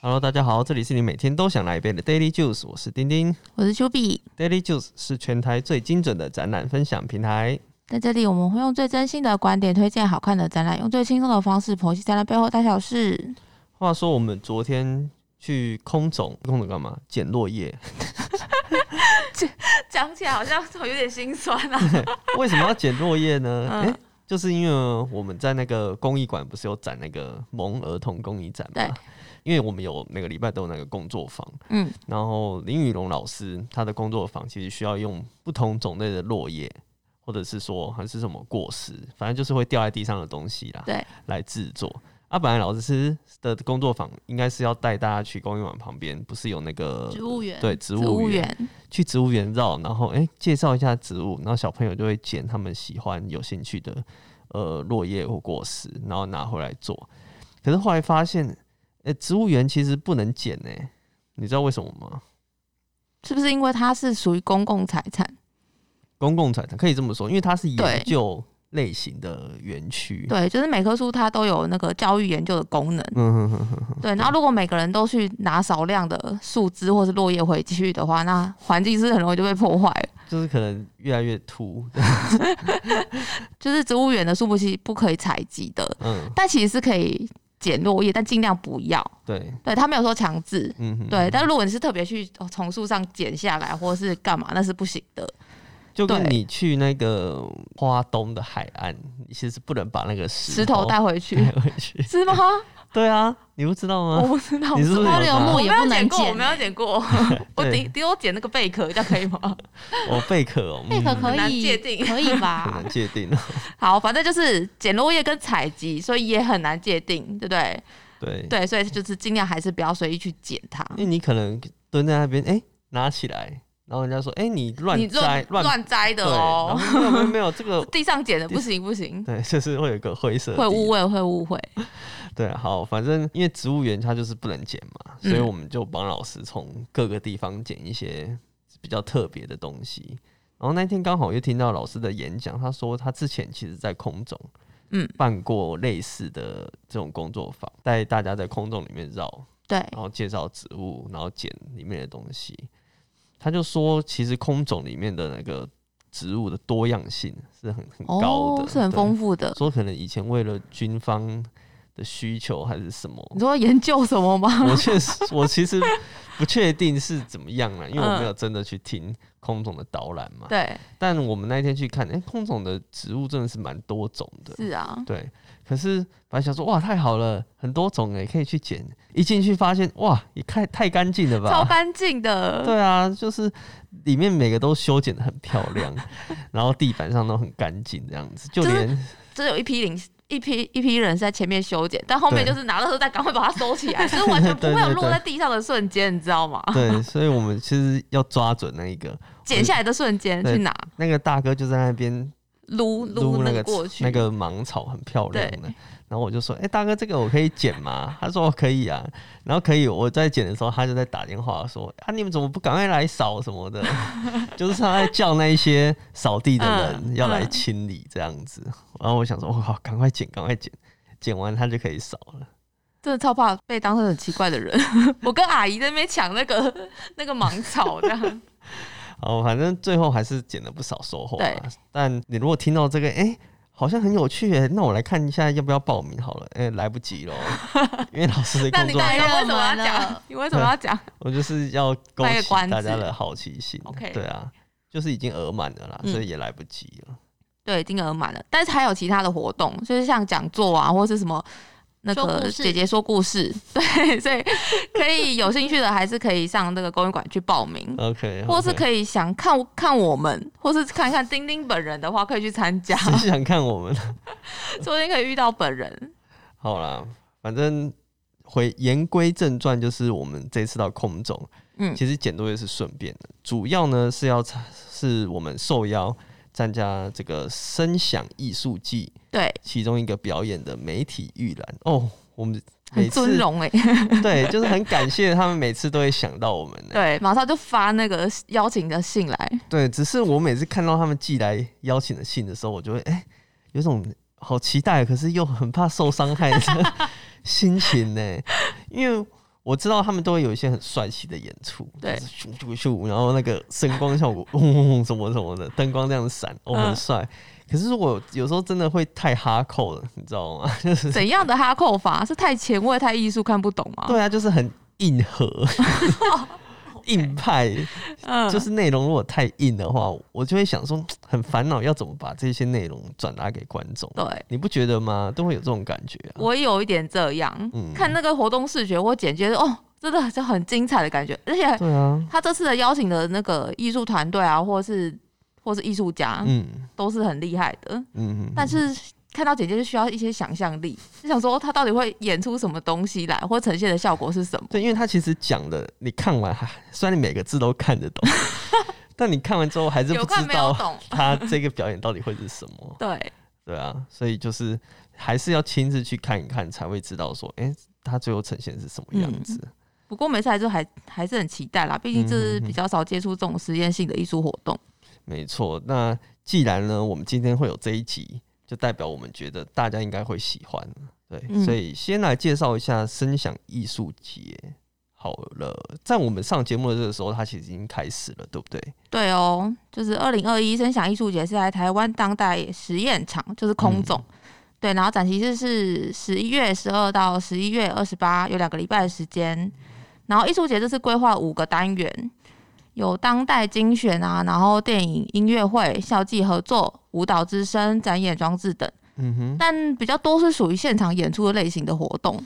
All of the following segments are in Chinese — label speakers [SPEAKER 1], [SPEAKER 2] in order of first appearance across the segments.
[SPEAKER 1] Hello，大家好，这里是你每天都想来一杯的 Daily Juice，我是丁丁。
[SPEAKER 2] 我是丘比，
[SPEAKER 1] Daily Juice 是全台最精准的展览分享平台。
[SPEAKER 2] 在这里我们会用最真心的观点推荐好看的展览，用最轻松的方式剖析展览背后大小事。
[SPEAKER 1] 话说，我们昨天去空总，空总干嘛？捡落叶。
[SPEAKER 2] 讲起来好像有点心酸啊。
[SPEAKER 1] 为什么要捡落叶呢？哎、
[SPEAKER 2] 嗯
[SPEAKER 1] 就是因为我们在那个公益馆不是有展那个萌儿童公益展嘛？
[SPEAKER 2] 对。
[SPEAKER 1] 因为我们有每个礼拜都有那个工作坊，
[SPEAKER 2] 嗯，
[SPEAKER 1] 然后林宇龙老师他的工作坊其实需要用不同种类的落叶，或者是说还是什么果实，反正就是会掉在地上的东西啦，
[SPEAKER 2] 对，
[SPEAKER 1] 来制作。啊，本来老师的工作坊应该是要带大家去公园馆旁边，不是有那个
[SPEAKER 3] 植物园
[SPEAKER 1] 呃对植
[SPEAKER 2] 植
[SPEAKER 1] 物
[SPEAKER 2] 物
[SPEAKER 1] 园，
[SPEAKER 2] 园，
[SPEAKER 1] 去植物园绕，然后哎、诶介绍一下植物，然后小朋友就会捡他们喜欢、有兴趣的呃落叶或果实，然后拿回来做。可是后来发现，哎、植物园其实不能捡呢、你知道为什么吗？
[SPEAKER 2] 是不是因为它是属于公共财产？
[SPEAKER 1] 公共财产可以这么说，因为它是研
[SPEAKER 2] 对
[SPEAKER 1] 究类型的园区。
[SPEAKER 2] 对，就是每棵树它都有那个教育研究的功能。
[SPEAKER 1] 嗯哼哼哼，
[SPEAKER 2] 对，然后如果每个人都去拿少量的树枝或是落叶回去的话，那环境是很容易就被破坏了。
[SPEAKER 1] 就是可能越来越秃。
[SPEAKER 2] 就是植物园的树木其实不可以采集的，
[SPEAKER 1] 嗯，
[SPEAKER 2] 但其实是可以捡落叶，但尽量不要。
[SPEAKER 1] 对，
[SPEAKER 2] 对，它没有说强制，
[SPEAKER 1] 嗯哼，
[SPEAKER 2] 对，但如果你是特别去哦从树上剪下来，或是干嘛，那是不行的。
[SPEAKER 1] 就跟
[SPEAKER 2] 对
[SPEAKER 1] 你去那个花东的海岸，你其实不能把那个
[SPEAKER 2] 石
[SPEAKER 1] 石
[SPEAKER 2] 头带回去
[SPEAKER 1] 回去。
[SPEAKER 2] 是吗？
[SPEAKER 1] 对啊，你不知道吗？
[SPEAKER 2] 我不知道，
[SPEAKER 1] 你是不是
[SPEAKER 3] 花
[SPEAKER 1] 有
[SPEAKER 3] 柳
[SPEAKER 1] 拿
[SPEAKER 3] 木
[SPEAKER 2] 我
[SPEAKER 3] 也
[SPEAKER 2] 没有
[SPEAKER 3] 不能
[SPEAKER 2] 剪过，
[SPEAKER 3] 剪
[SPEAKER 2] 我没有 剪过， 我
[SPEAKER 1] 对
[SPEAKER 2] 顶顶多剪那个贝壳，这样可以吗？
[SPEAKER 1] 哦，贝壳哦，
[SPEAKER 3] 贝壳可
[SPEAKER 2] 嗯很难
[SPEAKER 3] 以
[SPEAKER 2] 界定
[SPEAKER 3] 可以
[SPEAKER 1] 很
[SPEAKER 3] 吧
[SPEAKER 1] 难？界定哦。
[SPEAKER 2] 好，反正就是捡落叶跟采集，所以也很难界定，对不对？
[SPEAKER 1] 对，
[SPEAKER 2] 对，所以就是尽量还是不要随意去捡它。
[SPEAKER 1] 因为你可能蹲在那边，哎、拿起来，然后人家说，哎、你
[SPEAKER 2] 你
[SPEAKER 1] 乱摘
[SPEAKER 2] 乱乱摘的
[SPEAKER 1] 对，
[SPEAKER 2] 哦，
[SPEAKER 1] 然后没有没有没有这
[SPEAKER 2] ，
[SPEAKER 1] 个
[SPEAKER 2] 地上捡的不行不行，
[SPEAKER 1] 对，就是会有一个灰色的
[SPEAKER 2] 会
[SPEAKER 1] 地
[SPEAKER 2] 误会会误会。
[SPEAKER 1] 对，好，反正因为植物园它就是不能捡嘛，所以
[SPEAKER 2] 嗯
[SPEAKER 1] 我们就帮老师从各个地方捡一些比较特别的东西。然后那天刚好又听到老师的演讲，他说他之前其实在空中，
[SPEAKER 2] 嗯
[SPEAKER 1] 办过类似的这种工作坊，带大家在空中里面绕，
[SPEAKER 2] 对，
[SPEAKER 1] 然后介绍植物，然后捡里面的东西。他就说，其实空种里面的那个植物的多样性是很很高的，
[SPEAKER 2] 哦，是很
[SPEAKER 1] 对
[SPEAKER 2] 丰富的。
[SPEAKER 1] 说可能以前为了军方的需求还是什么，
[SPEAKER 2] 你说研究什 么吗？
[SPEAKER 1] 我确实我其实不确定是怎么样了，因为我
[SPEAKER 2] 嗯
[SPEAKER 1] 没有真的去听空总的导览嘛。
[SPEAKER 2] 对，
[SPEAKER 1] 但我们那一天去看，哎、空总的植物真的是蛮多种的，
[SPEAKER 2] 是啊，
[SPEAKER 1] 对。可是本来想说，哇，太好了，很多种哎，可以去捡。一进去发现，哇，也太太干净了吧，
[SPEAKER 2] 超干净的。
[SPEAKER 1] 对啊，就是里面每个都修剪的很漂 亮，然后地板上都很干净，这样子，就
[SPEAKER 2] 就是
[SPEAKER 1] 连
[SPEAKER 2] 这有一批零一批一批人是在前面修剪，但后面
[SPEAKER 1] 对
[SPEAKER 2] 就是拿到时再赶快把它 收起来，就是完全不会有
[SPEAKER 1] 对对对
[SPEAKER 2] 落在地上的瞬间，你知道 吗？
[SPEAKER 1] 对，所以我们其实要抓准那一个，
[SPEAKER 2] 剪下来的瞬间
[SPEAKER 1] 对
[SPEAKER 2] 去拿，
[SPEAKER 1] 那个大哥就在那边
[SPEAKER 2] 撸
[SPEAKER 1] 撸那
[SPEAKER 2] 那
[SPEAKER 1] 个
[SPEAKER 2] 个过去，
[SPEAKER 1] 那个芒草，很漂亮的。然后我就说：“哎、大哥，这个我可以剪吗？”他说：“可以啊。”然后可以，我在剪的时候，他就在打电话说：“啊，你们怎么不赶快来扫什么的？” 就是他在叫那一些扫地的人
[SPEAKER 2] 嗯
[SPEAKER 1] 要来
[SPEAKER 2] 嗯
[SPEAKER 1] 清理这样子。然后我想说：“我靠，赶快剪，赶快剪，剪完他就可以扫了。
[SPEAKER 2] 真的超怕被当成很奇怪的人。 我跟阿姨在那边抢那个那个芒草 这样，”
[SPEAKER 1] 哦，反正最后还是捡了不少收获啊
[SPEAKER 2] 对。
[SPEAKER 1] 但你如果听到这个，哎、好像很有趣耶，那我来看一下要不要报名好了。哎、来不 及了，因为老师的
[SPEAKER 2] 那
[SPEAKER 1] 工
[SPEAKER 2] 你
[SPEAKER 1] 作啊
[SPEAKER 2] 到底
[SPEAKER 3] 太
[SPEAKER 2] 为什
[SPEAKER 3] 热
[SPEAKER 2] 么要
[SPEAKER 3] 门
[SPEAKER 2] 讲
[SPEAKER 3] 了？
[SPEAKER 2] 你为什么要讲？
[SPEAKER 1] 我就是要勾
[SPEAKER 2] 卖个
[SPEAKER 1] 起
[SPEAKER 2] 关
[SPEAKER 1] 大家
[SPEAKER 2] 子
[SPEAKER 1] 的好奇心。
[SPEAKER 2] OK
[SPEAKER 1] 对啊，就是已经额满了啦，
[SPEAKER 2] 嗯
[SPEAKER 1] 所以也来不及了。
[SPEAKER 2] 对，金额满了，但是还有其他的活动，就是像讲座啊，或是什么那
[SPEAKER 3] 说
[SPEAKER 2] 个
[SPEAKER 3] 故事
[SPEAKER 2] 姐姐说故事， 对，所以可以有兴趣的还是可以上那个公益馆去报名，
[SPEAKER 1] 呃 OK，
[SPEAKER 2] 嗯或 是
[SPEAKER 1] 以。
[SPEAKER 2] 可以想看看我们，或是看看丁丁本人的话，可以去参加，
[SPEAKER 1] 谁想看我们？
[SPEAKER 2] 说不定可以遇到本人。
[SPEAKER 1] 好啦，反正回言归正传，就是我们这次到空中，
[SPEAKER 2] 嗯
[SPEAKER 1] 其实捡落叶是顺便的，主要呢是要参是我们受邀参加这个声响艺术季
[SPEAKER 2] 对，
[SPEAKER 1] 其中一个表演的媒体预览哦。我们每
[SPEAKER 2] 很尊
[SPEAKER 1] 次
[SPEAKER 2] 荣哎、
[SPEAKER 1] 对，就是很感谢他们，每次都会想到我们呢。
[SPEAKER 2] 对，马上就发那个邀请的信来，
[SPEAKER 1] 对，只是我每次看到他们寄来邀请的信的时候，我就会哎、有种 好期待，可是又很怕受伤害的心情呢。因为我知道他们都会有一些很帅气的演出，
[SPEAKER 2] 对
[SPEAKER 1] 就是咻咻咻，然后那个声光效果，轰轰轰，什么什么的，灯光这样闪，哦，
[SPEAKER 2] 嗯
[SPEAKER 1] 很帅。可是我有时候真的会太哈扣了，你知道吗？就是
[SPEAKER 2] 怎样的哈扣法是太前卫、太艺术，看不懂吗？
[SPEAKER 1] 对啊，就是很硬 核，硬派。
[SPEAKER 2] 嗯，
[SPEAKER 1] 就是内容如果太硬的话，我就会想说很烦恼，要怎么把这些内容转达给观众？
[SPEAKER 2] 对。
[SPEAKER 1] 你不觉得吗？都会有这种感觉啊。
[SPEAKER 2] 我也有一点这样，
[SPEAKER 1] 嗯
[SPEAKER 2] 看那个活动视觉或简介，哦，真的就很精彩的感觉。而且
[SPEAKER 1] 对啊，
[SPEAKER 2] 他这次的邀请的那个艺术团队啊，或是或是艺术家，
[SPEAKER 1] 嗯
[SPEAKER 2] 都是很厉害的。
[SPEAKER 1] 嗯，嗯
[SPEAKER 2] 啊但是看到简介就需要一些想象力，就想说他到底会演出什么东西来，或呈现的效果是什么？
[SPEAKER 1] 对，因为他其实讲的，你看完还虽然你每个字都看得 懂，但你看完之后还是
[SPEAKER 2] 有
[SPEAKER 1] 不
[SPEAKER 2] 看
[SPEAKER 1] 知
[SPEAKER 2] 没有
[SPEAKER 1] 道
[SPEAKER 2] 懂？
[SPEAKER 1] 他这个表演到底会是什 么。
[SPEAKER 2] 对，
[SPEAKER 1] 对啊，所以就是还是要亲自去看一看，才会知道说，哎、他最后呈现是什么样
[SPEAKER 2] 嗯
[SPEAKER 1] 子。
[SPEAKER 2] 不过每次来就还还是很期待啦，毕竟这
[SPEAKER 1] 嗯
[SPEAKER 2] 是比较少接触这种实验性的艺术活动。
[SPEAKER 1] 没错，那既然呢，我们今天会有这一集，就代表我们觉得大家应该会喜欢，对，
[SPEAKER 2] 嗯
[SPEAKER 1] 所以先来介绍一下声响艺术节。好了，在我们上节目的这个时候，它其实已经开始了，对不对？
[SPEAKER 2] 对哦，就是二零二一声响艺术节是在台湾当代实验场，就是空总。
[SPEAKER 1] 嗯
[SPEAKER 2] 对，然后展期日是十一月十二到十一月二十八，有两个礼拜的时间。然后艺术节这次规划五个单元，有当代精选啊，然后电影、音乐会、校际合作、舞蹈之声、展演装置等，
[SPEAKER 1] 嗯哼，
[SPEAKER 2] 但比较多是属于现场演出的类型的活动。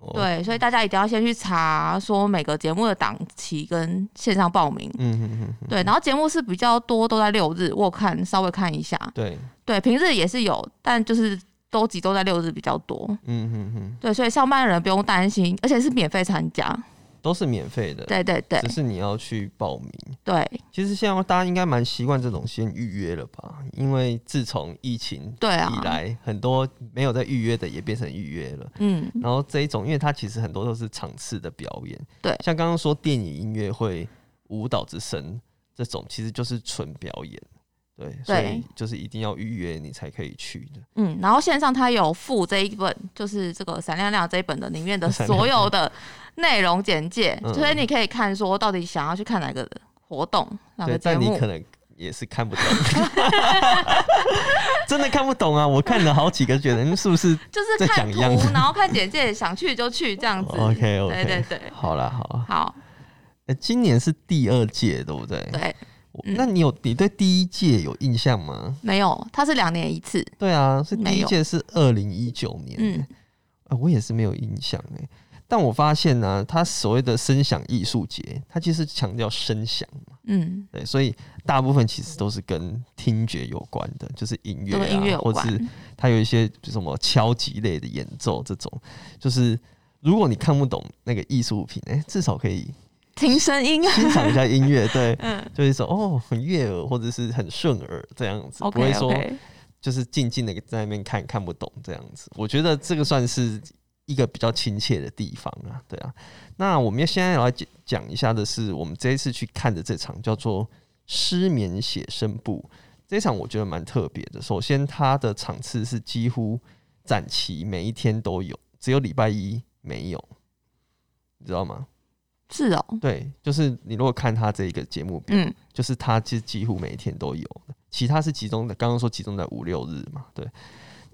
[SPEAKER 1] 哦，
[SPEAKER 2] 对，所以大家一定要先去查说每个节目的档期跟线上报名。
[SPEAKER 1] 嗯哼哼哼，
[SPEAKER 2] 对，然后节目是比较多都在六日，我有看稍微看一下。
[SPEAKER 1] 对，
[SPEAKER 2] 对，平日也是有，但就是都集中在六日比较多。
[SPEAKER 1] 嗯哼哼，
[SPEAKER 2] 对，所以上班的人不用担心，而且是免费参加。
[SPEAKER 1] 都是免费的，
[SPEAKER 2] 对对对
[SPEAKER 1] 只是你要去报名。
[SPEAKER 2] 对
[SPEAKER 1] 其实现在大家应该蛮习惯这种先预约了吧？因为自从疫情
[SPEAKER 2] 对啊
[SPEAKER 1] 以！来，很多没有在预约的也变成预约了。
[SPEAKER 2] 嗯，
[SPEAKER 1] 然后这一种，因为它其实很多都是场次的表演，
[SPEAKER 2] 对
[SPEAKER 1] 像刚刚说电影、音乐会、舞蹈之声这种，其实就是纯表演，对，所以就是一定要预约你才可以去的。
[SPEAKER 2] 嗯，然后线上它有附这一本，就是这个闪亮亮这一本的里面的所有的内容简介，
[SPEAKER 1] 嗯
[SPEAKER 2] 所以你可以看说到底想要去看哪个活动、哪
[SPEAKER 1] 对，
[SPEAKER 2] 个节
[SPEAKER 1] 但你
[SPEAKER 2] 目
[SPEAKER 1] 可。能也是看不懂， 真的看不懂啊！我看了好几个，觉得嗯是不是
[SPEAKER 2] 就是
[SPEAKER 1] 在
[SPEAKER 2] 看
[SPEAKER 1] 讲一
[SPEAKER 2] 图
[SPEAKER 1] 样的，哦
[SPEAKER 2] 然后看简介，想去就去 这样子。
[SPEAKER 1] OK OK？
[SPEAKER 2] 对对对，
[SPEAKER 1] 好啦好啦，
[SPEAKER 2] 好，
[SPEAKER 1] 呃今年是第二届，对不对？
[SPEAKER 2] 对，
[SPEAKER 1] 我
[SPEAKER 2] 嗯
[SPEAKER 1] 那你有你对第一届有印象吗？
[SPEAKER 2] 没有，它是两年一次，
[SPEAKER 1] 对啊，是第
[SPEAKER 2] 没
[SPEAKER 1] 一
[SPEAKER 2] 有
[SPEAKER 1] 届是二零一九年，
[SPEAKER 2] 嗯，
[SPEAKER 1] 呃，我也是没有印象哎。但我发现呢、它所谓的声响艺术节，它其实强调声响，
[SPEAKER 2] 嗯，
[SPEAKER 1] 对，所以大部分其实都是跟听觉有关的，就是音乐、
[SPEAKER 2] 都
[SPEAKER 1] 啊，
[SPEAKER 2] 跟音乐有
[SPEAKER 1] 或
[SPEAKER 2] 关
[SPEAKER 1] 是，它有一些什么敲击类的演奏，这种就是如果你看不懂那个艺术品，哎、至少可以
[SPEAKER 2] 听声音，
[SPEAKER 1] 欣赏一下音乐，对，
[SPEAKER 2] 嗯
[SPEAKER 1] 就是说哦，很悦耳或者是很顺耳这样子，不会
[SPEAKER 2] ，OK
[SPEAKER 1] 说
[SPEAKER 2] OK，
[SPEAKER 1] 就是静静的在那边看看不懂这样子。我觉得这个算是一个比较亲切的地方啊，对啊。那我们要现在来讲讲一下的是，我们这一次去看的这场叫做《失眠写生部》这一场，我觉得蛮特别的。首先，它的场次是几乎展期每一天都有，只有礼拜一没有，你知道吗？
[SPEAKER 2] 是哦，
[SPEAKER 1] 对，就是你如果看它这一个节目表，
[SPEAKER 2] 嗯
[SPEAKER 1] 就是它其实几乎每一天都有，其他是集中的，刚刚说集中在五六日嘛，对。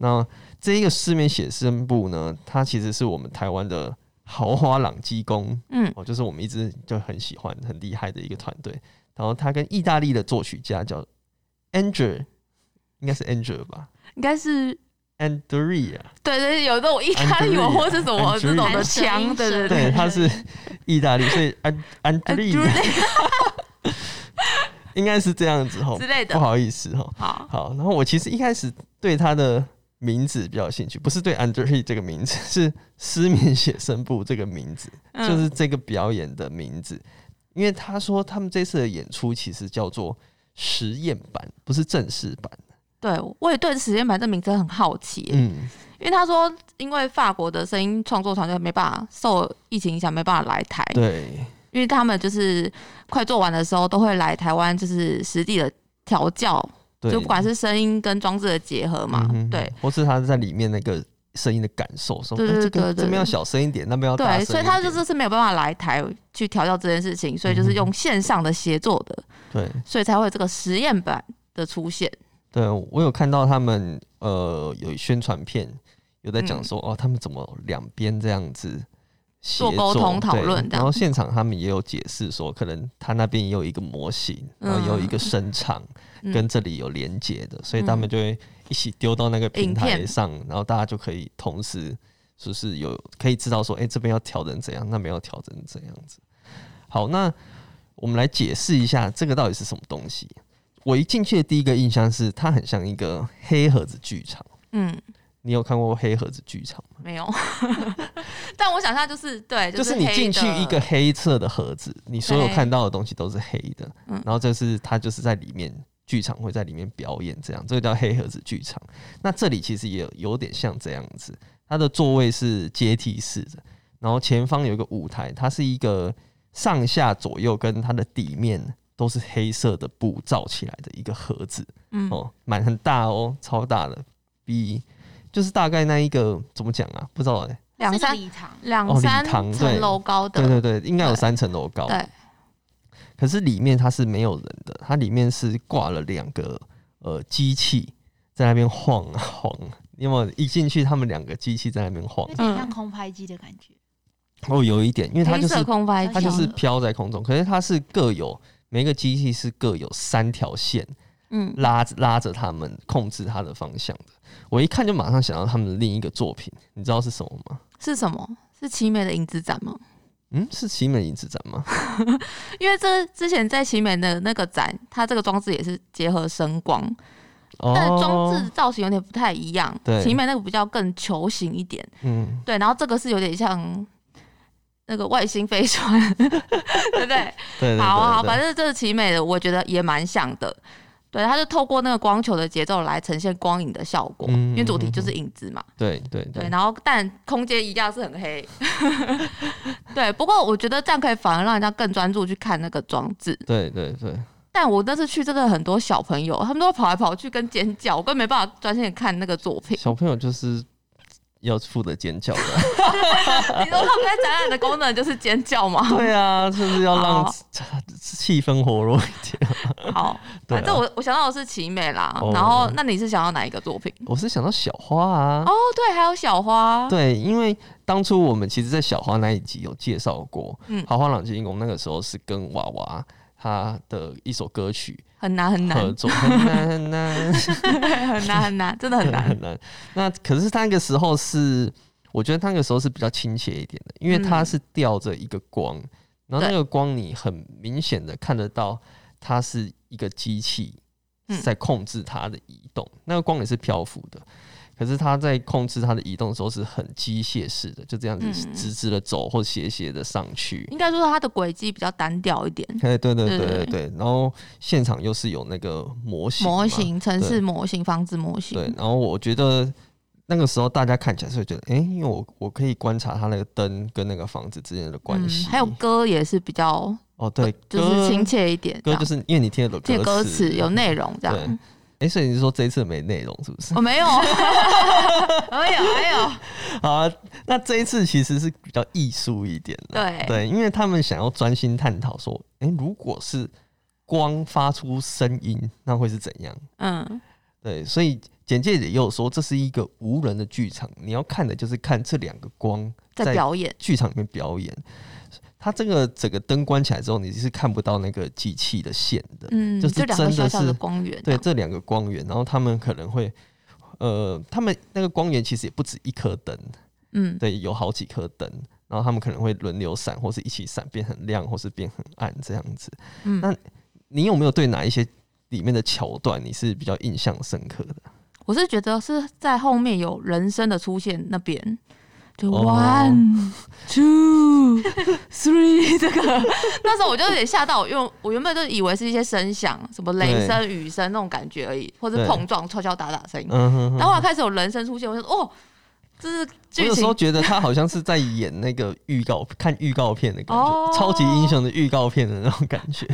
[SPEAKER 1] 那这一个失眠写生部呢，它其实是我们台湾的豪华朗基公
[SPEAKER 2] 嗯
[SPEAKER 1] 哦，就是我们一直就很喜欢、很厉害的一个团队。然后他跟意大利的作曲家叫 Andrew，应该是 Andrew 吧
[SPEAKER 2] 应该是。
[SPEAKER 1] ，Andrea，
[SPEAKER 2] 对对，有那种意大利文
[SPEAKER 1] Andrea，
[SPEAKER 2] 或是什么这种
[SPEAKER 1] Andrea
[SPEAKER 2] 的腔，对 对
[SPEAKER 1] 对，他是意大利，所以安 Andrea
[SPEAKER 2] 对，
[SPEAKER 1] 应该是这样子哈
[SPEAKER 2] 之，类
[SPEAKER 1] 不
[SPEAKER 2] 的。
[SPEAKER 1] 好意思哈。
[SPEAKER 2] 好，
[SPEAKER 1] 好，然后我其实一开始对他的名字比较有兴趣，不是对 Andre 这个名字， 是失眠写生部这个名字，
[SPEAKER 2] 嗯
[SPEAKER 1] 就是这个表演的名字。因为他说他们这次的演出其实叫做实验版，不是正式版。
[SPEAKER 2] 对，我也对实验版这名字很好奇，
[SPEAKER 1] 嗯，
[SPEAKER 2] 因为他说，因为法国的声音创作团队没办法受疫情影响，没办法来台，
[SPEAKER 1] 对，
[SPEAKER 2] 因为他们就是快做完的时候都会来台湾，就是实地的调教，
[SPEAKER 1] 对
[SPEAKER 2] 就不管是声音跟装置的结合嘛，
[SPEAKER 1] 嗯哼
[SPEAKER 2] 对，
[SPEAKER 1] 或是他在里面那个声音的感受，说
[SPEAKER 2] 对
[SPEAKER 1] 哎
[SPEAKER 2] 对
[SPEAKER 1] 这个
[SPEAKER 2] 对对
[SPEAKER 1] 这边要小声一点，那边要大声一
[SPEAKER 2] 对，
[SPEAKER 1] 点。嗯
[SPEAKER 2] 所以他就这次没有办法来台去调教这件事情，所以就是用线上的协作的，
[SPEAKER 1] 对
[SPEAKER 2] 所以才会有这个实验版的出现。
[SPEAKER 1] 对，我有看到他们呃有宣传片有在讲
[SPEAKER 2] 嗯
[SPEAKER 1] 说、哦，他们怎么两边这样子协
[SPEAKER 2] 做沟
[SPEAKER 1] 作
[SPEAKER 2] 通讨
[SPEAKER 1] 对
[SPEAKER 2] 论这
[SPEAKER 1] 然后
[SPEAKER 2] 样
[SPEAKER 1] 现场他们也有解释说，可能他那边也有一个模型，然后也有一个声场、
[SPEAKER 2] 嗯
[SPEAKER 1] 跟这里有连接的，所以他们就会一起丢到那个平
[SPEAKER 2] 影
[SPEAKER 1] 台
[SPEAKER 2] 片
[SPEAKER 1] 上，然后大家就可以同时就是有可以知道说，哎、这边要调整怎样，那边要调整怎样子。好，那我们来解释一下这个到底是什么东西。我一进去的第一个印象是，它很像一个黑盒子剧场。
[SPEAKER 2] 嗯，
[SPEAKER 1] 你有看过黑盒子剧场吗？
[SPEAKER 2] 没有， 但我想象就是对，
[SPEAKER 1] 就是
[SPEAKER 2] 是
[SPEAKER 1] 你
[SPEAKER 2] 黑
[SPEAKER 1] 进去
[SPEAKER 2] 的
[SPEAKER 1] 一个黑色的盒子，你所有
[SPEAKER 2] 对
[SPEAKER 1] 看到的东西都是黑的，
[SPEAKER 2] 嗯
[SPEAKER 1] 然后就是它就是在里面剧场会在里面表演这样，这个叫黑盒子剧场。那这里其实也有有点像这样子，它的座位是阶梯式的，然后前方有一个舞台，它是一个上下左右跟它的底面都是黑色的布罩起来的一个盒子，
[SPEAKER 2] 嗯
[SPEAKER 1] 哦，蛮很大哦，超大的，比就是大概那一个怎么讲啊？不知道哎、
[SPEAKER 2] 两
[SPEAKER 3] 是个
[SPEAKER 2] 三
[SPEAKER 3] 礼堂，
[SPEAKER 1] 哦
[SPEAKER 2] 两
[SPEAKER 1] 礼
[SPEAKER 2] 三
[SPEAKER 1] 堂对
[SPEAKER 2] 层楼高的，
[SPEAKER 1] 对对对，应该有
[SPEAKER 2] 对
[SPEAKER 1] 三层楼高。
[SPEAKER 2] 对
[SPEAKER 1] 可是里面它是没有人的，它里面是挂了两个呃机器在那边晃啊晃啊。因为一进去，他们两个机器在那边晃啊
[SPEAKER 2] 嗯
[SPEAKER 3] 有，点像空拍机的感觉。
[SPEAKER 1] 哦，有一点，因为它
[SPEAKER 2] 黑
[SPEAKER 1] 就是
[SPEAKER 2] 色空白
[SPEAKER 3] 它
[SPEAKER 1] 它
[SPEAKER 2] 机
[SPEAKER 1] 就是
[SPEAKER 3] 小的
[SPEAKER 1] 飘在空中，可是它是各有每一个机器是各有三条线
[SPEAKER 2] 嗯
[SPEAKER 1] 拉着拉着他们控制它的方向的。我一看就马上想到他们的另一个作品，你知道是什么吗？
[SPEAKER 2] 是什么？是奇美的影子展吗？
[SPEAKER 1] 嗯，是奇美影子展吗？
[SPEAKER 2] 因为这之前在奇美的那个展，它这个装置也是结合声光，
[SPEAKER 1] 哦
[SPEAKER 2] 但装置，造型有点不太一样。
[SPEAKER 1] 对
[SPEAKER 2] 奇美那个比较更球形一点，
[SPEAKER 1] 嗯，
[SPEAKER 2] 对，然后这个是有点像那个外星飞船， 对不
[SPEAKER 1] 对
[SPEAKER 2] 对？
[SPEAKER 1] 对对
[SPEAKER 2] 好啊好，
[SPEAKER 1] 对
[SPEAKER 2] 反正这是奇美的，我觉得也蛮像的。对，它就透过那个光球的节奏来呈现光影的效果，
[SPEAKER 1] 嗯
[SPEAKER 2] 因为主题就是影子嘛。
[SPEAKER 1] 对对对
[SPEAKER 2] 对，然后但空间一样是很黑。 对，不过我觉得这样可以反而让人家更专注去看那个装置。
[SPEAKER 1] 对对对，
[SPEAKER 2] 但我那次去真的很多小朋友，他们都会跑来跑去跟尖叫，我根本没办法专心地看那个作品。
[SPEAKER 1] 小朋友就是要负责尖叫 的啊、
[SPEAKER 2] 你说他们在展览的功能就是尖叫吗？
[SPEAKER 1] 对啊，就是要让
[SPEAKER 2] 好
[SPEAKER 1] 气氛活络一点。
[SPEAKER 2] 好，
[SPEAKER 1] 对
[SPEAKER 2] 反正
[SPEAKER 1] 啊，
[SPEAKER 2] 我我想到的是奇美啦，
[SPEAKER 1] 哦
[SPEAKER 2] 然后那你是想要哪一个作品？
[SPEAKER 1] 我是想到小花啊，
[SPEAKER 2] 哦，对，还有小花，
[SPEAKER 1] 对，因为当初我们其实，在小花那一集有介绍过，
[SPEAKER 2] 嗯
[SPEAKER 1] 豪华朗基宫那个时候是跟娃娃他的一首歌曲
[SPEAKER 2] 很难很
[SPEAKER 1] 合
[SPEAKER 2] 难，
[SPEAKER 1] 作，很难很难。
[SPEAKER 2] 很难很难，真的 很难。
[SPEAKER 1] 很难。那可是他那个时候是，我觉得他那个时候是比较亲切一点的，因为它
[SPEAKER 2] 嗯
[SPEAKER 1] 是吊着一个光，然后那
[SPEAKER 2] 对
[SPEAKER 1] 个光你很明显的看得到，它是一个机器
[SPEAKER 2] 嗯
[SPEAKER 1] 在控制它的移动，那个光也是漂浮的。可是它在控制它的移动的时候是很机械式的，就这样子
[SPEAKER 2] 嗯
[SPEAKER 1] 直直的走或斜斜的上去。
[SPEAKER 2] 应该说它的轨迹比较单调一点，
[SPEAKER 1] 哎，对对对
[SPEAKER 2] 对
[SPEAKER 1] 对
[SPEAKER 2] 对
[SPEAKER 1] 对，然后现场又是有那个模型嘛，
[SPEAKER 2] 模型、城市模型、房子模型，
[SPEAKER 1] 对，然后我觉得那个时候大家看起来是会觉得，哎、因为我我可以观察它那个灯跟那个房子之间的关系、
[SPEAKER 2] 嗯还有歌也是比较
[SPEAKER 1] 哦，对，
[SPEAKER 2] 就是亲
[SPEAKER 1] 歌
[SPEAKER 2] 切一点这
[SPEAKER 1] 歌
[SPEAKER 2] 样，
[SPEAKER 1] 就是因为你听得
[SPEAKER 2] 这
[SPEAKER 1] 懂
[SPEAKER 2] 个歌词
[SPEAKER 1] 词
[SPEAKER 2] 有内容这
[SPEAKER 1] 对
[SPEAKER 2] 样。
[SPEAKER 1] 哎、所以你是说这一次没内容是不 是？
[SPEAKER 2] 我、没有，没有，没有，
[SPEAKER 1] 好啊，那这一次其实是比较艺术一点的，
[SPEAKER 2] 对
[SPEAKER 1] 对，因为他们想要专心探讨说，哎、如果是光发出声音，那会是怎样？
[SPEAKER 2] 嗯，
[SPEAKER 1] 对，所以简介也有说，这是一个无人的剧场，你要看的就是看这两个光
[SPEAKER 2] 在表演，
[SPEAKER 1] 剧场里面表演，它这个整个灯关起来之后，你是看不到那个机器的线的。
[SPEAKER 2] 嗯，哦
[SPEAKER 1] 就是
[SPEAKER 2] 就两个
[SPEAKER 1] 真的
[SPEAKER 2] 小小的
[SPEAKER 1] 是
[SPEAKER 2] 公园啊这
[SPEAKER 1] 对，
[SPEAKER 2] 样，
[SPEAKER 1] 这两个光源，然后他们可能会，呃，他们那个光源其实也不止一颗灯，
[SPEAKER 2] 嗯，
[SPEAKER 1] 对，有好几颗灯，然后他们可能会轮流闪，或是一起闪，变很亮，或是变很暗这样子。
[SPEAKER 2] 嗯
[SPEAKER 1] 那你有没有对哪一些里面的桥段你是比较印象深刻的？
[SPEAKER 2] 我是觉得是在后面有人声的出现那边，就
[SPEAKER 1] 哦
[SPEAKER 2] one two three 这个，那时候我就有点吓到，因为我原本就以为是一些声响，什么雷声、雨声那种感觉而已，或者
[SPEAKER 1] 对
[SPEAKER 2] 碰撞、敲敲打打声音。
[SPEAKER 1] 嗯哼
[SPEAKER 2] 然
[SPEAKER 1] 哼，
[SPEAKER 2] 后后来开始有人声出现，我就说哦，就是
[SPEAKER 1] 我
[SPEAKER 2] 剧
[SPEAKER 1] 有时候
[SPEAKER 2] 情
[SPEAKER 1] 觉得他好像是在演那个预告，看预告片的感觉，
[SPEAKER 2] 哦
[SPEAKER 1] 超级英雄的预告片的那种感觉。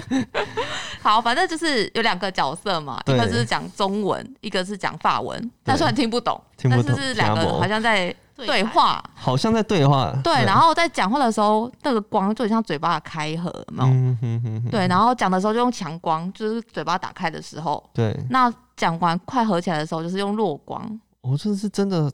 [SPEAKER 2] 好，反正就是有两个角色嘛，一
[SPEAKER 1] 对
[SPEAKER 2] 个是讲中文，一个是讲法文，但虽然听不懂，
[SPEAKER 1] 听不懂
[SPEAKER 2] 但是是两个
[SPEAKER 1] 听不懂
[SPEAKER 2] 好像在对，话。
[SPEAKER 1] 好像在对话。
[SPEAKER 2] 对，然后在讲话的时候，那个光就很像嘴巴的开合，有没有？
[SPEAKER 1] 嗯哼哼哼，
[SPEAKER 2] 对，然后讲的时候就用强光，就是嘴巴打开的时候。
[SPEAKER 1] 对，
[SPEAKER 2] 那讲完快合起来的时候，就是用弱光，
[SPEAKER 1] 我这是真的，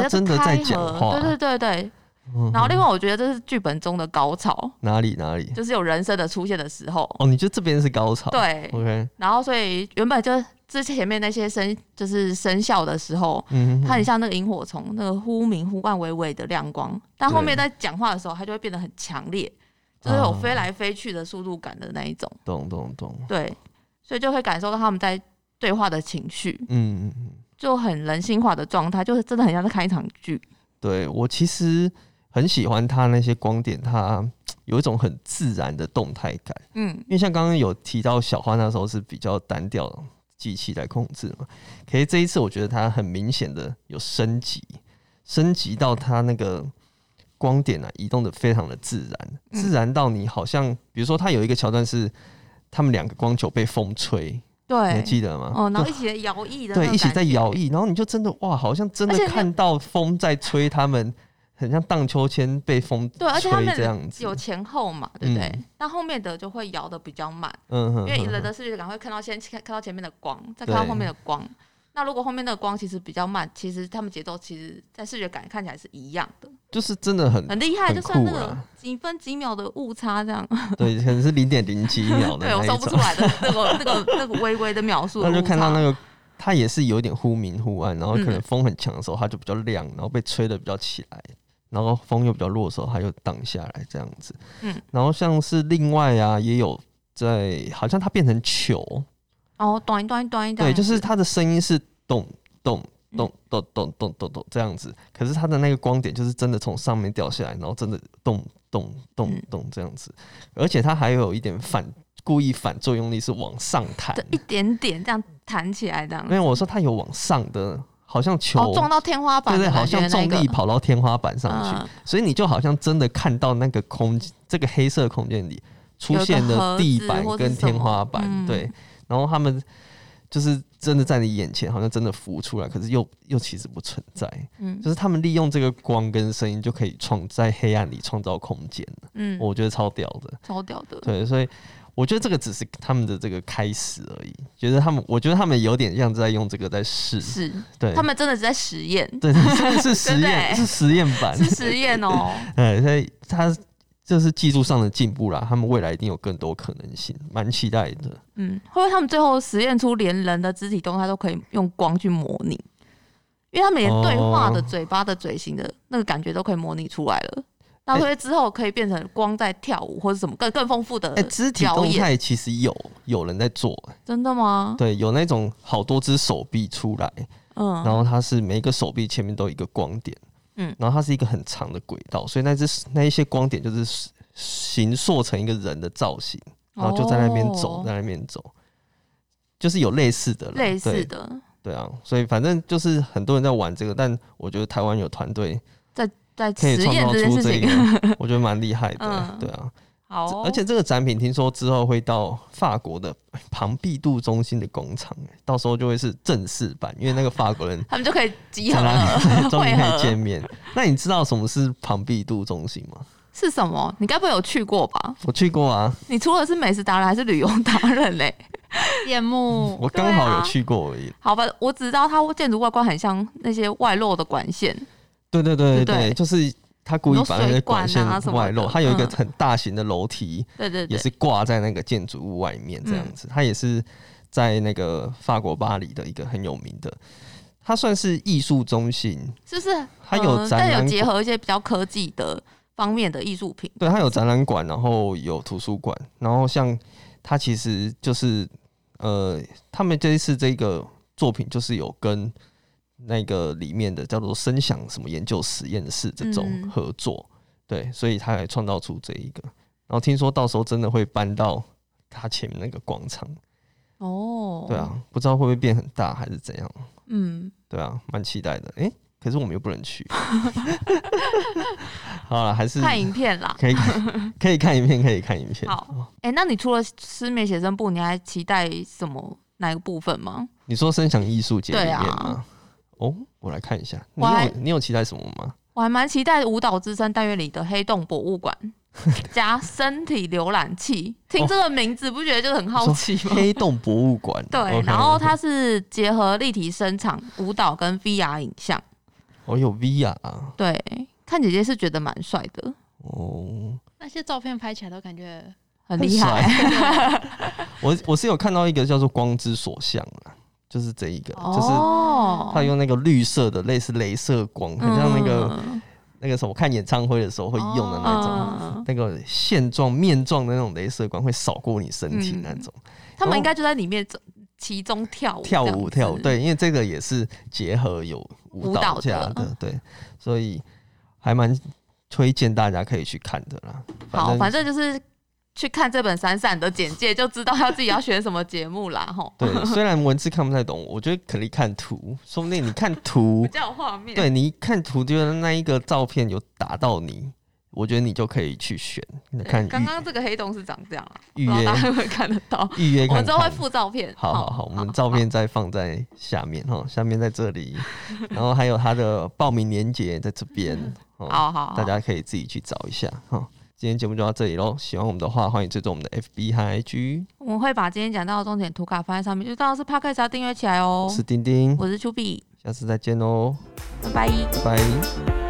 [SPEAKER 1] 他
[SPEAKER 2] 像
[SPEAKER 1] 真的在
[SPEAKER 2] 开
[SPEAKER 1] 讲
[SPEAKER 2] 合。
[SPEAKER 1] 话。
[SPEAKER 2] 对对对对。
[SPEAKER 1] 嗯
[SPEAKER 2] 然后另
[SPEAKER 1] 哼
[SPEAKER 2] 外，我觉得这是剧本中的高潮，
[SPEAKER 1] 哪里哪里？
[SPEAKER 2] 就是有人生的出现的时候。
[SPEAKER 1] 哦，你哦就这边是高潮。
[SPEAKER 2] 对，
[SPEAKER 1] ，OK，
[SPEAKER 2] 然后所以原本就之前面那些声就是声效的时候，
[SPEAKER 1] 嗯哼
[SPEAKER 2] 它很
[SPEAKER 1] 哼，
[SPEAKER 2] 像那个萤火虫，那个忽明忽暗、微微的亮光。但后面在讲话的时候，它就会变得很强烈，就是
[SPEAKER 1] 哦
[SPEAKER 2] 有飞来飞去的速度感的那一种。
[SPEAKER 1] 懂懂懂，
[SPEAKER 2] 对，所以就会感受到他们在对话的情绪，
[SPEAKER 1] 嗯嗯嗯，
[SPEAKER 2] 就很人性化的状态，就是真的很像在看一场剧。
[SPEAKER 1] 对我其实很喜欢他那些光点，他有一种很自然的动态感。
[SPEAKER 2] 嗯
[SPEAKER 1] 因为像刚刚有提到小花那时候是比较单调的机器来控制嘛，可是这一次我觉得它很明显的有升级，升级到它那个光点啊移动的非常的自然，
[SPEAKER 2] 嗯
[SPEAKER 1] 自然到你好像，比如说它有一个桥段是他们两个光球被风吹，你还
[SPEAKER 2] 对，
[SPEAKER 1] 记得吗？
[SPEAKER 2] 哦，然后
[SPEAKER 1] 啊就
[SPEAKER 2] 一起在摇曳的那种感觉，
[SPEAKER 1] 对，一起在摇曳，然后你就真的哇，好像真的
[SPEAKER 2] 而且那
[SPEAKER 1] 看到风在吹他们，很像荡秋千被风
[SPEAKER 2] 对，而且他
[SPEAKER 1] 吹这样
[SPEAKER 2] 们
[SPEAKER 1] 子，
[SPEAKER 2] 有前后嘛，对不对
[SPEAKER 1] 嗯？
[SPEAKER 2] 那、后面的就会摇的比较慢，
[SPEAKER 1] 嗯哼
[SPEAKER 2] 因为人
[SPEAKER 1] 哼
[SPEAKER 2] 的视觉感会看到先看看到前面的光，再看到
[SPEAKER 1] 对
[SPEAKER 2] 后面的光。那如果后面那个光其实比较慢，其实他们节奏其实，在视觉感看起来是一样的，
[SPEAKER 1] 就是真的很
[SPEAKER 2] 很厉害，
[SPEAKER 1] 嗯很
[SPEAKER 2] 就算那
[SPEAKER 1] 酷
[SPEAKER 2] 个
[SPEAKER 1] 啊
[SPEAKER 2] 几分几秒的误差这样，
[SPEAKER 1] 对，可能是零点零几秒的
[SPEAKER 2] 对
[SPEAKER 1] 那
[SPEAKER 2] 我
[SPEAKER 1] 一
[SPEAKER 2] 收不出
[SPEAKER 1] 种，
[SPEAKER 2] 来的那个那个那个微微的秒数 的
[SPEAKER 1] 那
[SPEAKER 2] 误差，
[SPEAKER 1] 就看到那个它也是有点忽明忽暗，然后可能
[SPEAKER 2] 嗯
[SPEAKER 1] 风很强的时候它就比较亮，然后被吹的比较起来，然后风又比较弱的时候它又荡下来这样子。
[SPEAKER 2] 嗯，
[SPEAKER 1] 然后像是另外啊，也有在好像它变成球，
[SPEAKER 2] 哦，短一短一短一这
[SPEAKER 1] 对，
[SPEAKER 2] 样子，嗯
[SPEAKER 1] 就是它的声音是咚咚。咚咚咚咚咚咚这样子，可是它的那个光点就是真的从上面掉下来，然后真的咚咚咚
[SPEAKER 2] 嗯
[SPEAKER 1] 咚这样子，而且它还有一点反故意反作用力是往上弹，
[SPEAKER 2] 对一点点这样弹起来这样
[SPEAKER 1] 因，为我说它有往上的，好像球、
[SPEAKER 2] 哦，撞到天花
[SPEAKER 1] 对
[SPEAKER 2] 板
[SPEAKER 1] 对，
[SPEAKER 2] 的
[SPEAKER 1] 好
[SPEAKER 2] 感觉
[SPEAKER 1] 像
[SPEAKER 2] 那个，
[SPEAKER 1] 重力跑到天花板上去，
[SPEAKER 2] 嗯
[SPEAKER 1] 所以你就好像真的看到那个空这个黑色空间里出现的地板跟天花板，
[SPEAKER 2] 有个盒子或是什
[SPEAKER 1] 对，
[SPEAKER 2] 么嗯
[SPEAKER 1] 然后他们就是真的在你眼前，好像真的浮出来，可是又又其实不存在，
[SPEAKER 2] 嗯
[SPEAKER 1] 就是他们利用这个光跟声音就可以创在黑暗里创造空间，
[SPEAKER 2] 嗯，
[SPEAKER 1] 我觉得超屌的。
[SPEAKER 2] 超屌的，
[SPEAKER 1] 对，所以我觉得这个只是他们的这个开始而已。觉得他们，我觉得他们有点像在用这个在试，
[SPEAKER 2] 是
[SPEAKER 1] 对，
[SPEAKER 2] 他们真的是在实验，
[SPEAKER 1] 对，真的 是实
[SPEAKER 2] 真的
[SPEAKER 1] 验，
[SPEAKER 2] 欸
[SPEAKER 1] 是实验版
[SPEAKER 2] 是。实验哦。
[SPEAKER 1] 哎，所以他这是技术上的进步啦，他们未来一定有更多可能性，蛮期待的。
[SPEAKER 2] 嗯，会不会他们最后实验出连人的肢体动态都可以用光去模拟？因为他们连对话的
[SPEAKER 1] 哦
[SPEAKER 2] 嘴巴的嘴型的那个感觉都可以模拟出来了。
[SPEAKER 1] 哎
[SPEAKER 2] 那所以之后可以变成光在跳舞或者什么更更丰富的
[SPEAKER 1] 哎、肢体
[SPEAKER 2] 呃表
[SPEAKER 1] 动
[SPEAKER 2] 演，哦
[SPEAKER 1] 态其实有有人在做，
[SPEAKER 2] 真的吗？
[SPEAKER 1] 对，有那种好多只手臂出来，然
[SPEAKER 2] 嗯，
[SPEAKER 1] 后它是每一个手臂前面都有一个光点，
[SPEAKER 2] 嗯
[SPEAKER 1] 然后它是一个很长的轨道，所以那只那一些光点就是形塑成一个人的造型，然后就在那边走，
[SPEAKER 2] 哦
[SPEAKER 1] 在那边走，就是有类似的啦，
[SPEAKER 2] 类似
[SPEAKER 1] 对
[SPEAKER 2] 的，
[SPEAKER 1] 对啊，所以反正就是很多人在玩这个，但我觉得台湾有团队
[SPEAKER 2] 在
[SPEAKER 1] 可以
[SPEAKER 2] 实
[SPEAKER 1] 创
[SPEAKER 2] 验
[SPEAKER 1] 造
[SPEAKER 2] 件
[SPEAKER 1] 出
[SPEAKER 2] 事
[SPEAKER 1] 这
[SPEAKER 2] 情。
[SPEAKER 1] 个，我觉得蛮厉害的，
[SPEAKER 2] 嗯
[SPEAKER 1] 对啊，
[SPEAKER 2] 好哦、
[SPEAKER 1] 而且这个展品听说之后会到法国的哎庞毕度中心的工厂，哎到时候就会是正式版，因为那个法国人
[SPEAKER 2] 他们就可以集合
[SPEAKER 1] 在
[SPEAKER 2] 了，
[SPEAKER 1] 那里终于
[SPEAKER 2] 汇
[SPEAKER 1] 可以见
[SPEAKER 2] 合
[SPEAKER 1] 面。那你知道什么是庞毕度中心吗？
[SPEAKER 2] 是什么？你该不会有去过吧？
[SPEAKER 1] 我去过啊，
[SPEAKER 2] 你除了是美食达人，还是旅游达人欸嘞、
[SPEAKER 3] 羡
[SPEAKER 2] 哦
[SPEAKER 3] 慕
[SPEAKER 1] 我刚
[SPEAKER 2] 啊
[SPEAKER 1] 好有去过而已。
[SPEAKER 2] 好吧，我只知道它建筑外观很像那些外露的管线，
[SPEAKER 1] 对对对对
[SPEAKER 2] 对
[SPEAKER 1] 对，就是他故意把那
[SPEAKER 2] 有
[SPEAKER 1] 个
[SPEAKER 2] 水管
[SPEAKER 1] 管
[SPEAKER 2] 啊
[SPEAKER 1] 线
[SPEAKER 2] 什么
[SPEAKER 1] 外露，
[SPEAKER 2] 的
[SPEAKER 1] 它有一个
[SPEAKER 2] 嗯
[SPEAKER 1] 很大型的楼梯，
[SPEAKER 2] 对对对，嗯
[SPEAKER 1] 也是挂在那个建筑物外面这样子。它也是在那个法国巴黎的一个很有名的，它算是艺术中心，
[SPEAKER 2] 是不是？
[SPEAKER 1] 它有
[SPEAKER 2] 呃
[SPEAKER 1] 展
[SPEAKER 2] 但
[SPEAKER 1] 览
[SPEAKER 2] 有结合一些比较科技的方面的艺术品，
[SPEAKER 1] 对，它有展览馆，然后有图书馆，然后像它其实就是呃，他们这一次这个作品就是有跟那个里面的叫做声响什么研究实验室这种
[SPEAKER 2] 嗯
[SPEAKER 1] 合作，对，所以他还创造出这一个，然后听说到时候真的会搬到它前面那个广场，
[SPEAKER 2] 哦，
[SPEAKER 1] 啊对啊，，不知道会不会变很大还是怎样，
[SPEAKER 2] 嗯，
[SPEAKER 1] 对啊，蛮期待的，诶，可是我们又不能去。 好了，还是
[SPEAKER 2] 看影片啦。
[SPEAKER 1] 可以看可以看影片，可以看影片。
[SPEAKER 2] 好
[SPEAKER 1] 哦，
[SPEAKER 2] 哎、那你除了失眠写真部，你还期待什么哪一个部分吗？
[SPEAKER 1] 你说声响艺术节里
[SPEAKER 2] 对
[SPEAKER 1] 面
[SPEAKER 2] 啊
[SPEAKER 1] 吗？哦，我来看一下，你
[SPEAKER 2] 我还
[SPEAKER 1] 有你有期待什么吗？
[SPEAKER 2] 我还蛮期待舞蹈之声单元里的黑洞博 物馆加身体浏览器。
[SPEAKER 1] 哦
[SPEAKER 2] 听这个名字，不觉得就很好奇吗？
[SPEAKER 1] 黑洞博物馆。
[SPEAKER 2] 对
[SPEAKER 1] OK，
[SPEAKER 2] 然后
[SPEAKER 1] OK
[SPEAKER 2] 它是结合立体声场、舞蹈跟 VR 影像。
[SPEAKER 1] 哦有 VR 啊
[SPEAKER 2] 对，看姐姐是觉得蛮帅的，
[SPEAKER 1] 哦，
[SPEAKER 3] 那些照片拍起来都 感觉
[SPEAKER 2] 很厉害。
[SPEAKER 1] 帅。我我是有看到一个叫做《光之所向》啊，就是这一个，就是
[SPEAKER 2] 哦
[SPEAKER 1] 它用那个绿色的，类似镭射光，很像那个、
[SPEAKER 2] 嗯
[SPEAKER 1] 那个什么，看演唱会的时候会用的那种。啊
[SPEAKER 2] 嗯
[SPEAKER 1] 那个线状、面状的那种镭射光会扫过你身体那种，
[SPEAKER 2] 他们应该就在里面中其中跳舞，
[SPEAKER 1] 跳舞跳舞，
[SPEAKER 2] 这样子，
[SPEAKER 1] 对，因为这个也是结合有舞
[SPEAKER 2] 舞蹈
[SPEAKER 1] 蹈家的，
[SPEAKER 2] 的嗯
[SPEAKER 1] 对，所以还蛮推荐大家可以去看的啦。
[SPEAKER 2] 好，反正就是去看这本闪闪的简介，就知道他自己要选什么节目啦，吼，
[SPEAKER 1] 对，虽然文字看不太懂，我觉得可以看图，说不定你看图
[SPEAKER 2] 比，较有画面。
[SPEAKER 1] 对你一看图觉得那一个照片有打到你，我觉得你就可以去选，你
[SPEAKER 2] 对，
[SPEAKER 1] 看
[SPEAKER 2] 刚
[SPEAKER 1] 预
[SPEAKER 2] 刚这个黑洞是长这样啊，
[SPEAKER 1] 预
[SPEAKER 2] 不知
[SPEAKER 1] 约
[SPEAKER 2] 道大家会不会看得到？
[SPEAKER 1] 预约
[SPEAKER 2] 我
[SPEAKER 1] 看
[SPEAKER 2] 们之后会
[SPEAKER 1] 看。
[SPEAKER 2] 附照片。
[SPEAKER 1] 好好好，我们照片再放在下面哈，下面在这 里，然后还有他的报名链接在这边， 哦
[SPEAKER 2] 好好，好
[SPEAKER 1] 大家可以自己去找一下哈。今天节目就到这里喽，喜欢我们的话，欢迎追踪我们的 FB 和 IG。
[SPEAKER 2] 我们会把今天讲到的重点图卡放在上面，就当然是 p o d c a s 要订阅起来哦
[SPEAKER 1] 我。是丁丁，
[SPEAKER 2] 我是丘比，
[SPEAKER 1] 下次再见喽，
[SPEAKER 2] 拜拜。
[SPEAKER 1] 拜拜。